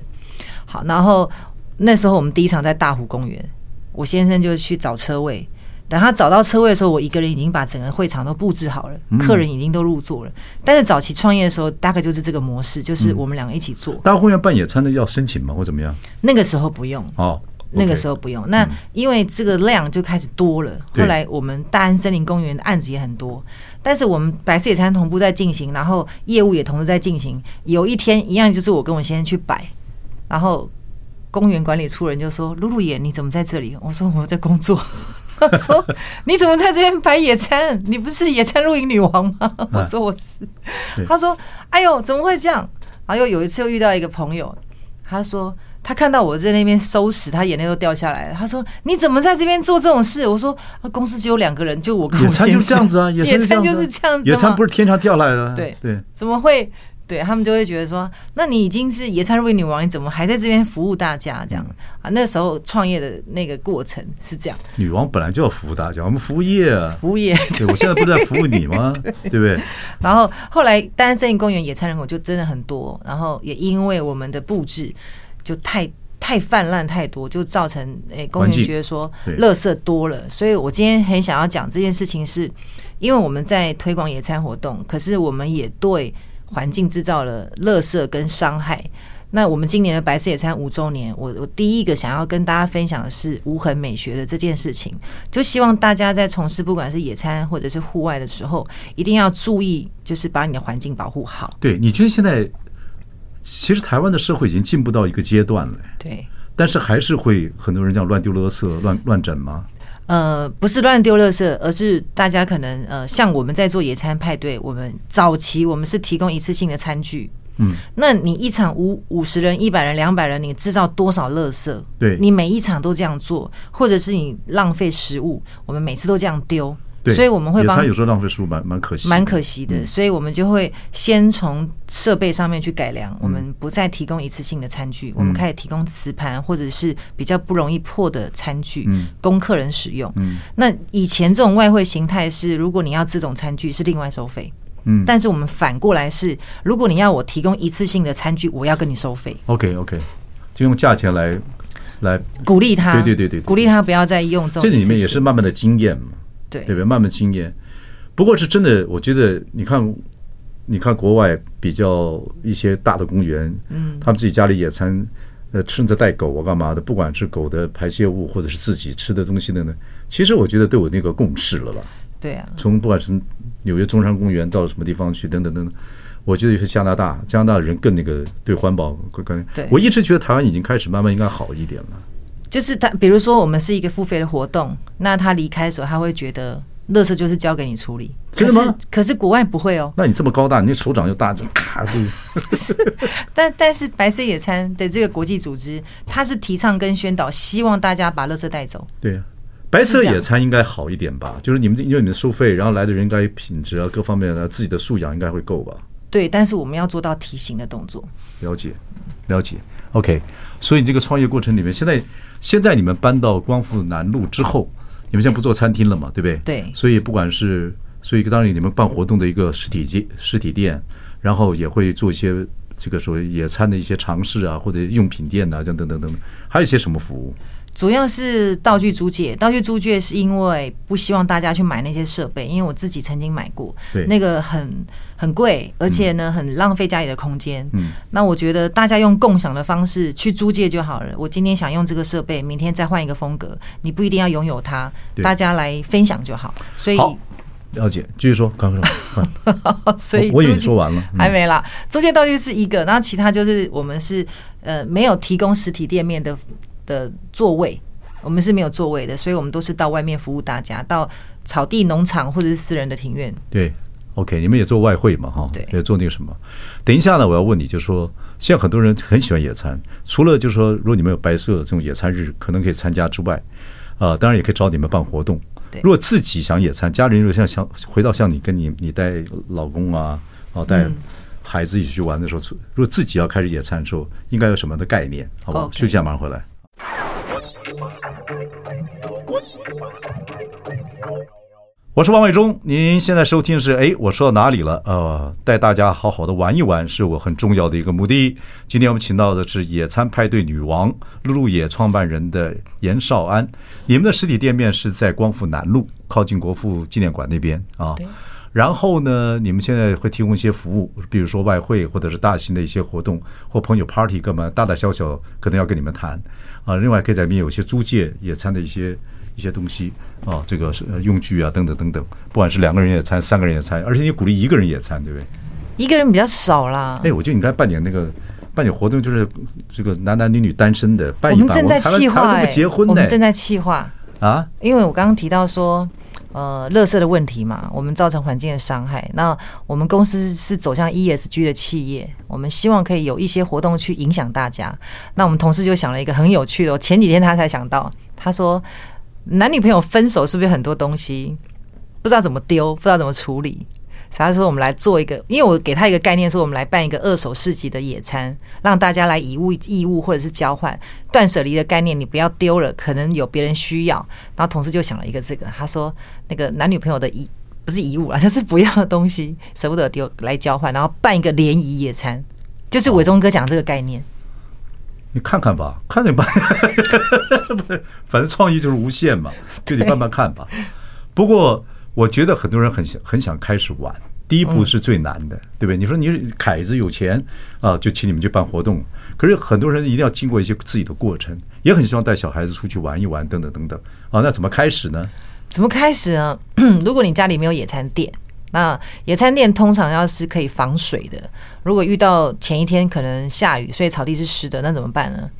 Speaker 3: 好，然后那时候我们第一场在大湖公园，我先生就去找车位。等他找到车位的时候，我一个人已经把整个会场都布置好了，客人已经都入座了。但是早期创业的时候，大概就是这个模式，就是我们两个一起做。
Speaker 1: 大公园办野餐的要申请吗，或怎么样？
Speaker 3: 那个时候不用，
Speaker 1: 哦，
Speaker 3: 那个时
Speaker 1: 候，
Speaker 3: 候不用。那因为这个量就开始多了，
Speaker 1: 对
Speaker 3: 后来我们大安森林公园的案子也很多，但是我们白色野餐同步在进行，然后业务也同时在进行。有一天一样，就是我跟我先生去摆，然后公园管理处人就说：“露露姐，你怎么在这里？”我说：“我在工作。” 他说：“你怎么在这边摆野餐？你不是野餐露营女王吗？”我说：“我是。
Speaker 1: 对”
Speaker 3: 他说：“哎呦，怎么会这样？”然后又有一次又遇到一个朋友，他说他看到我在那边收拾，他眼泪都掉下来了。他说：“你怎么在这边做这种事？”我说：“啊公司只有两个人，就我跟
Speaker 1: 野
Speaker 3: 我
Speaker 1: 餐
Speaker 3: 先
Speaker 1: 就
Speaker 3: 生。
Speaker 1: 是这样子啊，
Speaker 3: 野
Speaker 1: 餐
Speaker 3: 餐就
Speaker 1: 就是
Speaker 3: 这样子嘛。
Speaker 1: 野餐不是天上掉下来的，
Speaker 3: 对
Speaker 1: 对，
Speaker 3: 怎么会？对他们就会觉得说，那你已经是野餐瑞女王，你怎么还在这边服务大家这样啊？那时候创业的那个过程是这样，
Speaker 1: 女王本来就要服务大家，我们服务业啊，
Speaker 3: 服务业。
Speaker 1: 对我现在不是在服务你吗？对不对？
Speaker 3: 然后后来单身森林公园野餐人口就真的很多，然后也因为我们的布置就太。太泛滥太多，就造成诶、公
Speaker 1: 环
Speaker 3: 园
Speaker 1: 境
Speaker 3: 觉得说
Speaker 1: 对
Speaker 3: 垃圾多了，所以我今天很想要讲这件事情是，因为我们在推广野餐活动，可是我们也对环境制造了垃圾跟伤害。那我们今年的白色野餐五周年，我我第一个想要跟大家分享的是无痕美学的这件事情，就希望大家在从事不管是野餐或者是户外的时候，一定要注意，就是把你的环境保护好。
Speaker 1: 对，你觉得现在其实台湾的社会已经进步到一个阶段了，
Speaker 3: 对，
Speaker 1: 但是还是会很多人这样乱丢垃圾、乱乱整吗？
Speaker 3: 呃，不是乱丢垃圾，而是大家可能呃，像我们在做野餐派对，我们早期我们是提供一次性的餐具。
Speaker 1: 嗯，
Speaker 3: 那你一场五五十人、一百人、两百人，你制造多少垃圾？
Speaker 1: 对
Speaker 3: 你每一场都这样做，或者是你浪费食物，我们每次都这样丢，
Speaker 1: 对，
Speaker 3: 所以我们会
Speaker 1: 野
Speaker 3: 帮
Speaker 1: 餐有嗯时候浪费食物，蛮蛮可惜，
Speaker 3: 蛮可惜的，所以我们就会先从设备上面去改良，我们
Speaker 1: 嗯
Speaker 3: 不再提供一次性的餐具，我们开始提供瓷盘或者是比较不容易破的餐具
Speaker 1: 嗯
Speaker 3: 供客人使用
Speaker 1: 嗯。
Speaker 3: 那以前这种外汇形态是，如果你要这种餐具是另外收费，
Speaker 1: 嗯
Speaker 3: 但是我们反过来是，如果你要我提供一次性的餐具，我要跟你收费，
Speaker 1: OK OK，就用价钱来来，
Speaker 3: 鼓励他，
Speaker 1: 对对对对对
Speaker 3: 鼓励他不要再用这种
Speaker 1: 这
Speaker 3: 一次
Speaker 1: 里
Speaker 3: 性。
Speaker 1: 面也是慢慢的经验嘛，
Speaker 3: 对
Speaker 1: 对不对？慢慢经验。不过是真的，我觉得你看，你看国外比较一些大的公园，嗯，他们自己家里野餐，呃，甚至带狗啊干嘛的，不管是狗的排泄物或者是自己吃的东西的呢，其实我觉得都有那个共识了啦。
Speaker 3: 对啊，
Speaker 1: 从不管是纽约中山公园到什么地方去，等等等等。我觉得是加拿大，加拿大人更那个对环保观观念。
Speaker 3: 对
Speaker 1: 我一直觉得台湾已经开始慢慢应该好一点了。
Speaker 3: 就是他，比如说我们是一个付费的活动，那他离开的时候，他会觉得垃圾就是交给你处理。
Speaker 1: 真
Speaker 3: 可
Speaker 1: 的
Speaker 3: 是
Speaker 1: 吗
Speaker 3: 可是国外不会哦，
Speaker 1: 那你这么高大，你那手掌又大，就咔就
Speaker 3: 但但是白色野餐的这个国际组织，它是提倡跟宣导，希望大家把垃圾带走。
Speaker 1: 对呀、白色
Speaker 3: 是这样
Speaker 1: 野餐应该好一点吧？就是你们因为你们收费，然后来的人应该品质啊各方面的自己的素养应该会够吧？
Speaker 3: 对，但是我们要做到提醒的动作。
Speaker 1: 了解，了解。OK，所以这个创业过程里面，现在现在你们搬到光复南路之后，你们现在不做餐厅了嘛？对不对？
Speaker 3: 对
Speaker 1: 所以不管是所以当然你们办活动的一个实体街实体店，然后也会做一些这个所谓野餐的一些尝试啊，或者用品店啊，等等等等等，还有一些什么服务？
Speaker 3: 主要是道具租借，道具租借是因为不希望大家去买那些设备，因为我自己曾经买过
Speaker 1: 对，
Speaker 3: 那个很很贵，而且呢很浪费家里的空间。
Speaker 1: 嗯，
Speaker 3: 那我觉得大家用共享的方式去租借就好了。我今天想用这个设备，明天再换一个风格，你不一定要拥有它
Speaker 1: 对，
Speaker 3: 大家来分享就好。所以，
Speaker 1: 好，了解，继续说，刚刚说，嗯
Speaker 3: 所以
Speaker 1: 我我以为
Speaker 3: 租
Speaker 1: 你
Speaker 3: 借
Speaker 1: 说完了，嗯
Speaker 3: 还没啦，租借道具是一个，然后其他就是我们是呃没有提供实体店面的的座位，我们是没有座位的，所以我们都是到外面服务大家，到草地、农场或者是私人的庭院。
Speaker 1: 对，OK，你们也做外汇嘛，哈，
Speaker 3: 对
Speaker 1: 也做那个什么。等一下呢，我要问你，就是说，现在很多人很喜欢野餐，除了就是说，如果你们有白色的这种野餐日，可能可以参加之外，啊，当然也可以找你们办活动。
Speaker 3: 对
Speaker 1: 如果自己想野餐，家人如果像像回到像你跟你你带老公啊，啊
Speaker 3: 嗯
Speaker 1: 带孩子一起去玩的时候，如果自己要开始野餐的时候，应该有什么样的概念？好不好？
Speaker 3: OK
Speaker 1: 休息一下，马上回来。我是王伟忠，您现在收听是哎，我说到哪里了？呃，带大家好好的玩一玩，是我很重要的一个目的。今天我们请到的是野餐派对女王露露野创办人的严少安，你们的实体店面是在光复南路，靠近国父纪念馆那边啊。然后呢，你们现在会提供一些服务，比如说外汇，或者是大型的一些活动或朋友 party，干嘛大大小小可能要跟你们谈啊。另外，可以在里面有一些租借野餐的一些一些东西啊，这个是呃用具啊，等等等等，不管是两个人野餐、三个人野餐，而且你鼓励一个人野餐，对不对？
Speaker 3: 一个人比较少啦，
Speaker 1: 哎，我觉得你应该办点那个办点活动，就是这个男男女女单身的办
Speaker 3: 我
Speaker 1: 一
Speaker 3: 们
Speaker 1: 办。
Speaker 3: 正在
Speaker 1: 台湾
Speaker 3: 气
Speaker 1: 台湾
Speaker 3: 化、
Speaker 1: 都
Speaker 3: 哎
Speaker 1: 不结婚
Speaker 3: 我
Speaker 1: 呢
Speaker 3: 们正在气化，
Speaker 1: 啊，
Speaker 3: 因为我刚刚提到说。呃，垃圾的问题嘛，我们造成环境的伤害。那我们公司是走向 ESG 的企业，我们希望可以有一些活动去影响大家。那我们同事就想了一个很有趣的哦，前几天他才想到，他说男女朋友分手是不是有很多东西不知道怎么丢，不知道怎么处理？所以他说我们来做一个，因为我给他一个概念，说我们来办一个二手市集的野餐，让大家来以物易物或者是交换断舍离的概念，你不要丢了，可能有别人需要。然后同事就想了一个这个，他说那个男女朋友的遗不是遗物啦，就是不要的东西舍不得丢来交换，然后办一个联谊野餐，就是伟忠哥讲这个概念。
Speaker 1: 你看看吧，看点办，不是，反正创意就是无限嘛，就得慢慢看吧。不过我觉得很多人很想很想开始玩，第一步是最难的，对不对？你说你凯子有钱啊，就请你们去办活动，可是很多人一定要经过一些自己的过程，也很希望带小孩子出去玩一玩，等等等等啊，那怎么开始呢？
Speaker 3: 怎么开始呢？ 如果你家里没有野餐垫，那野餐垫通常要是可以防水的。如果遇到前一天可能下雨，所以草地是湿的，那怎么办呢？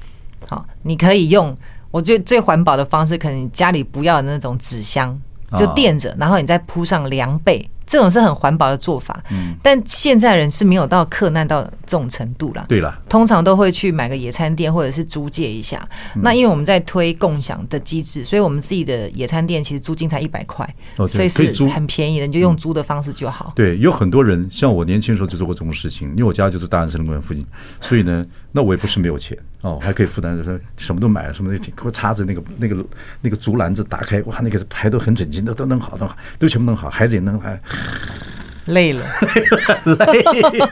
Speaker 3: 好，你可以用我觉得最环保的方式，可能你家里不要的那种纸箱，
Speaker 1: 啊
Speaker 3: 就垫着，然后你再铺上凉被，这种是很环保的做法。但现在人是没有到克难到这种程度啦。
Speaker 1: 对了，
Speaker 3: 通常都会去买个野餐垫或者是租借一下。
Speaker 1: 嗯
Speaker 3: 那因为我们在推共享的机制，所以我们自己的野餐垫其实租金才一百块，
Speaker 1: 哦对
Speaker 3: 所以
Speaker 1: 可以
Speaker 3: 是
Speaker 1: 租
Speaker 3: 很便宜的，你就用租的方式就好。
Speaker 1: 对，有很多人像我年轻的时候就做过这种事情，因为我家就住大安森林公园附近，所以呢，那我也不是没有钱哦，还可以负担，就是什么都买，什么都给我插着那个那个那个竹篮子打开，哇，那个排都很整齐，都都弄好，都好都全部弄好，孩子也 弄好，嗯
Speaker 3: 累了，
Speaker 1: 累了，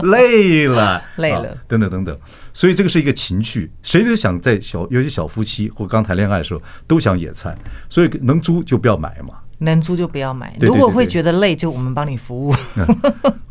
Speaker 1: 累了，
Speaker 3: 累
Speaker 1: 啊
Speaker 3: 了
Speaker 1: 等等等等。所以这个是一个情趣，谁都想在小，尤其小夫妻或刚谈恋爱的时候都想野餐，所以能租就不要买嘛。
Speaker 3: 能租就不要买。
Speaker 1: 对对
Speaker 3: 如果
Speaker 1: 对
Speaker 3: 会
Speaker 1: 对
Speaker 3: 觉得累，就我们帮你服务。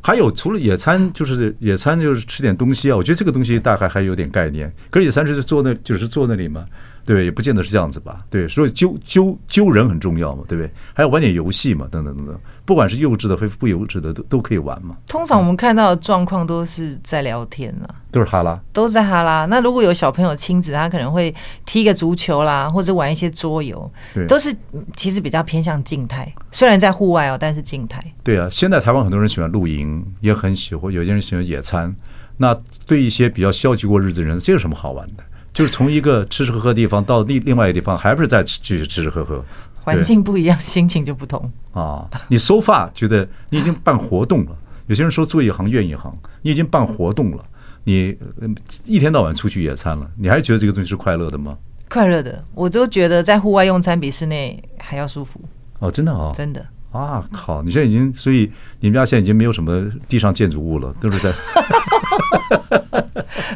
Speaker 1: 还有除了野餐，就是野餐就是吃点东西啊。我觉得这个东西大概还有点概念。可是野餐就是坐那，就是坐那里嘛，对不对？也不见得是这样子吧，对，所以揪揪揪人很重要嘛，对不对？还要玩点游戏嘛，等等等等，不管是幼稚的还是不幼稚的，都都可以玩嘛，
Speaker 3: 通常我们看到的状况都是在聊天啊，
Speaker 1: 都是哈拉。
Speaker 3: 都在哈拉。那如果有小朋友亲子，他可能会踢个足球啦，或者玩一些桌游
Speaker 1: 对，
Speaker 3: 都是嗯其实比较偏向静态。虽然在户外哦，但是静态。
Speaker 1: 对啊，现在台湾很多人喜欢露营，也很喜欢，有些人喜欢野餐。那对一些比较消极过日子的人，这有什么好玩的？就是从一个吃吃喝喝的地方到另另外一个地方，还不是在继续吃吃喝喝。
Speaker 3: 环
Speaker 1: 对
Speaker 3: 境不一样，心情就不同。
Speaker 1: 啊，你收发觉得你已经办活动了。有些人说做一行怨一行，你已经办活动了，你呃一天到晚出去野餐了，你还觉得这个东西是快乐的吗？
Speaker 3: 快乐的，我都觉得在户外用餐比室内还要舒服，
Speaker 1: 哦，真的啊、
Speaker 3: 真的。
Speaker 1: 啊靠！你现在已经，所以你们家现在已经没有什么地上建筑物了，都是在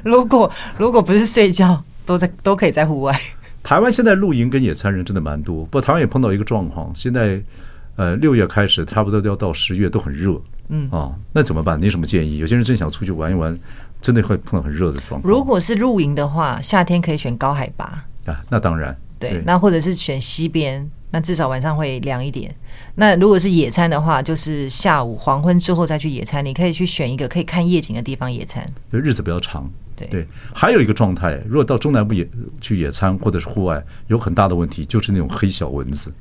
Speaker 3: 如果如果不是睡觉，都在都可以在户外。
Speaker 1: 台湾现在露营跟野餐人真的蛮多，不过台湾也碰到一个状况，现在呃六月开始，差不多都要到十月都很热，嗯啊，那怎么办？你有什么建议？有些人真想出去玩一玩，真的会碰到很热的状况。
Speaker 3: 如果是露营的话，夏天可以选高海拔，
Speaker 1: 啊，那当然，
Speaker 3: 对，那或者是选西边，那至少晚上会凉一点。那如果是野餐的话，就是下午黄昏之后再去野餐，你可以去选一个可以看夜景的地方野餐。
Speaker 1: 就日子比较长。
Speaker 3: 对
Speaker 1: 还有一个状态，如果到中南部野去野餐或者是户外，有很大的问题，就是那种黑小蚊子。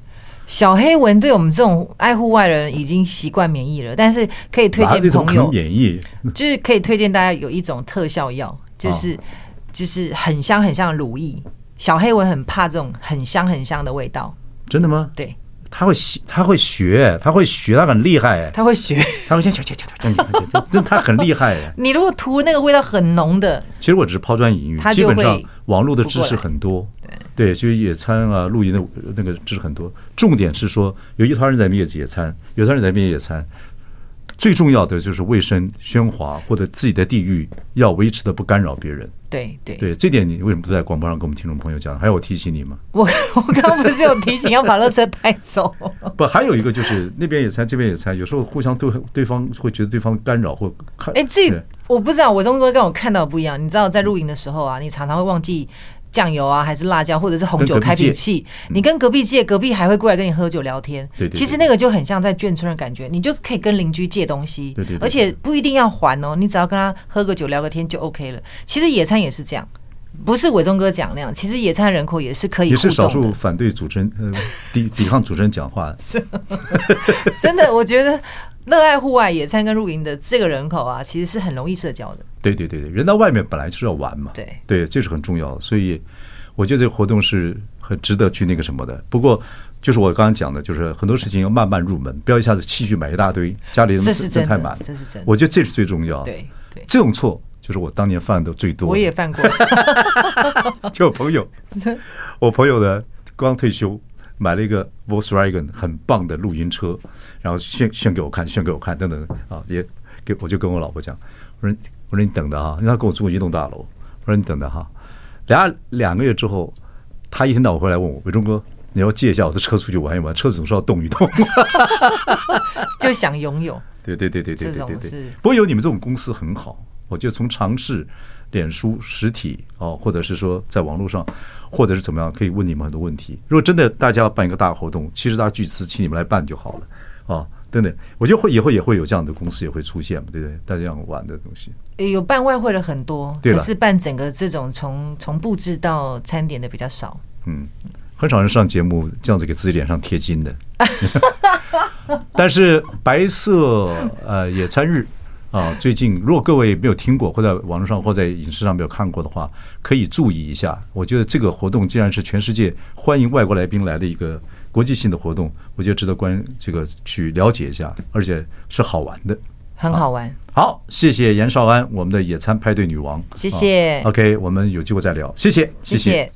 Speaker 3: 小黑蚊对我们这种爱户外的人已经习惯免疫了，但是可以推
Speaker 1: 哪那
Speaker 3: 荐
Speaker 1: 种可
Speaker 3: 朋友
Speaker 1: 能，免疫？
Speaker 3: 就是可以推荐大家有一种特效药，就是、就是很香很香的乳液。小黑蚊很怕这种很香很香的味道，
Speaker 1: 真的吗？
Speaker 3: 对，
Speaker 1: 它会吸，它会学，它会学，它很厉害。
Speaker 3: 它会学。
Speaker 1: 它会这样，这样这样这样这样这样这样，它很厉害。
Speaker 3: 你如果涂那个味道很浓的，
Speaker 1: 其实我只是抛砖引玉，
Speaker 3: 他
Speaker 1: 基
Speaker 3: 就
Speaker 1: 本
Speaker 3: 会
Speaker 1: 上网络的知识很多，对，就是野餐啊、露营的呃那个知识很多。重点是说，有一团人在灭野餐，有一团人在灭野餐。最重要的就是卫生、喧哗或者自己的地域要维持的不干扰别人。
Speaker 3: 对对，
Speaker 1: 对，这点你为什么不在广播上跟我们听众朋友讲？还有我提醒你吗？
Speaker 3: 我我刚刚不是有提醒要把垃圾带走？
Speaker 1: 不，还有一个就是那边野餐，这边野餐，有时候互相对对方会觉得对方干扰或看。
Speaker 3: 哎、这
Speaker 1: 对
Speaker 3: 我不知道，我中国跟我看到的不一样。你知道，在露营的时候啊，你常常会忘记酱油啊，还是辣椒，或者是红
Speaker 1: 跟
Speaker 3: 酒
Speaker 1: 隔壁
Speaker 3: 开瓶
Speaker 1: 借
Speaker 3: 器。你跟隔壁借，隔壁还会过来跟你喝酒聊天。
Speaker 1: 对对对
Speaker 3: 其实那个就很像在眷村的感觉，你就可以跟邻居借东西，
Speaker 1: 对对对对
Speaker 3: 而且不一定要还哦，你只要跟他喝个酒聊个天就 OK 了。其实野餐也是这样。不是伟忠哥讲那样，其实野餐人口也是可以
Speaker 1: 也
Speaker 3: 互
Speaker 1: 是少
Speaker 3: 动
Speaker 1: 数
Speaker 3: 的，
Speaker 1: 反对主持人呃抵抵抗主持人讲话。
Speaker 3: 真的，我觉得热爱户外野餐跟露营的这个人口啊，其实是很容易 社交的。
Speaker 1: 对对对对，人到外面本来就是要玩嘛，
Speaker 3: 对
Speaker 1: 对，这是很重要的，所以我觉得这个活动是很值得去那个什么的。不过就是我刚刚讲的，就是很多事情要慢慢入门，不要一下子器具买一大堆，家里
Speaker 3: 这是真的
Speaker 1: 太满，
Speaker 3: 这是真的
Speaker 1: 我觉得这是最重要。
Speaker 3: 对对
Speaker 1: 这种错就是我当年犯的最多的。
Speaker 3: 我也犯过。
Speaker 1: 就有朋友，我朋友呢刚退休，买了一个 Volkswagen 很棒的露营车，然后炫炫给我看，炫给我看，等等啊，也给我就跟我老婆讲，我说我说你等着哈，因为他跟我住一栋大楼，我说你等着哈，俩两个月之后，他一天到晚回来问我，伟忠哥。你要借一下我的车出去玩一玩，车子总是要动一动。
Speaker 3: 就想拥有。
Speaker 1: 对对对对对对对
Speaker 3: 这种
Speaker 1: 对
Speaker 3: 是。
Speaker 1: 不过有你们这种公司很好，我觉得从尝试、脸书、实体哦，或者是说在网络上，或者是怎么样，可以问你们很多问题。如果真的大家要办一个大活动，其实大家巨资请你们来办就好了啊，等等。我觉得会以后也会有这样的公司也会出现嘛，对不对？大家这样玩的东西，
Speaker 3: 呃有办外汇的很多，
Speaker 1: 对
Speaker 3: 可
Speaker 1: 了
Speaker 3: 是办整个这种从从布置到餐点的比较少。
Speaker 1: 嗯，很少人上节目这样子给自己脸上贴金的。 但是白色呃野餐日啊，最近如果各位没有听过，或在网络上或在影视上没有看过的话，可以注意一下。我觉得这个活动既然是全世界欢迎外国来宾来的一个国际性的活动，我觉得值得关这个去了解一下，而且是好玩的。
Speaker 3: 很好玩，
Speaker 1: 好，谢谢严少安，我们的野餐派对女王，
Speaker 3: 谢谢
Speaker 1: 啊 OK，我们有机会再聊，谢谢，
Speaker 3: 谢谢。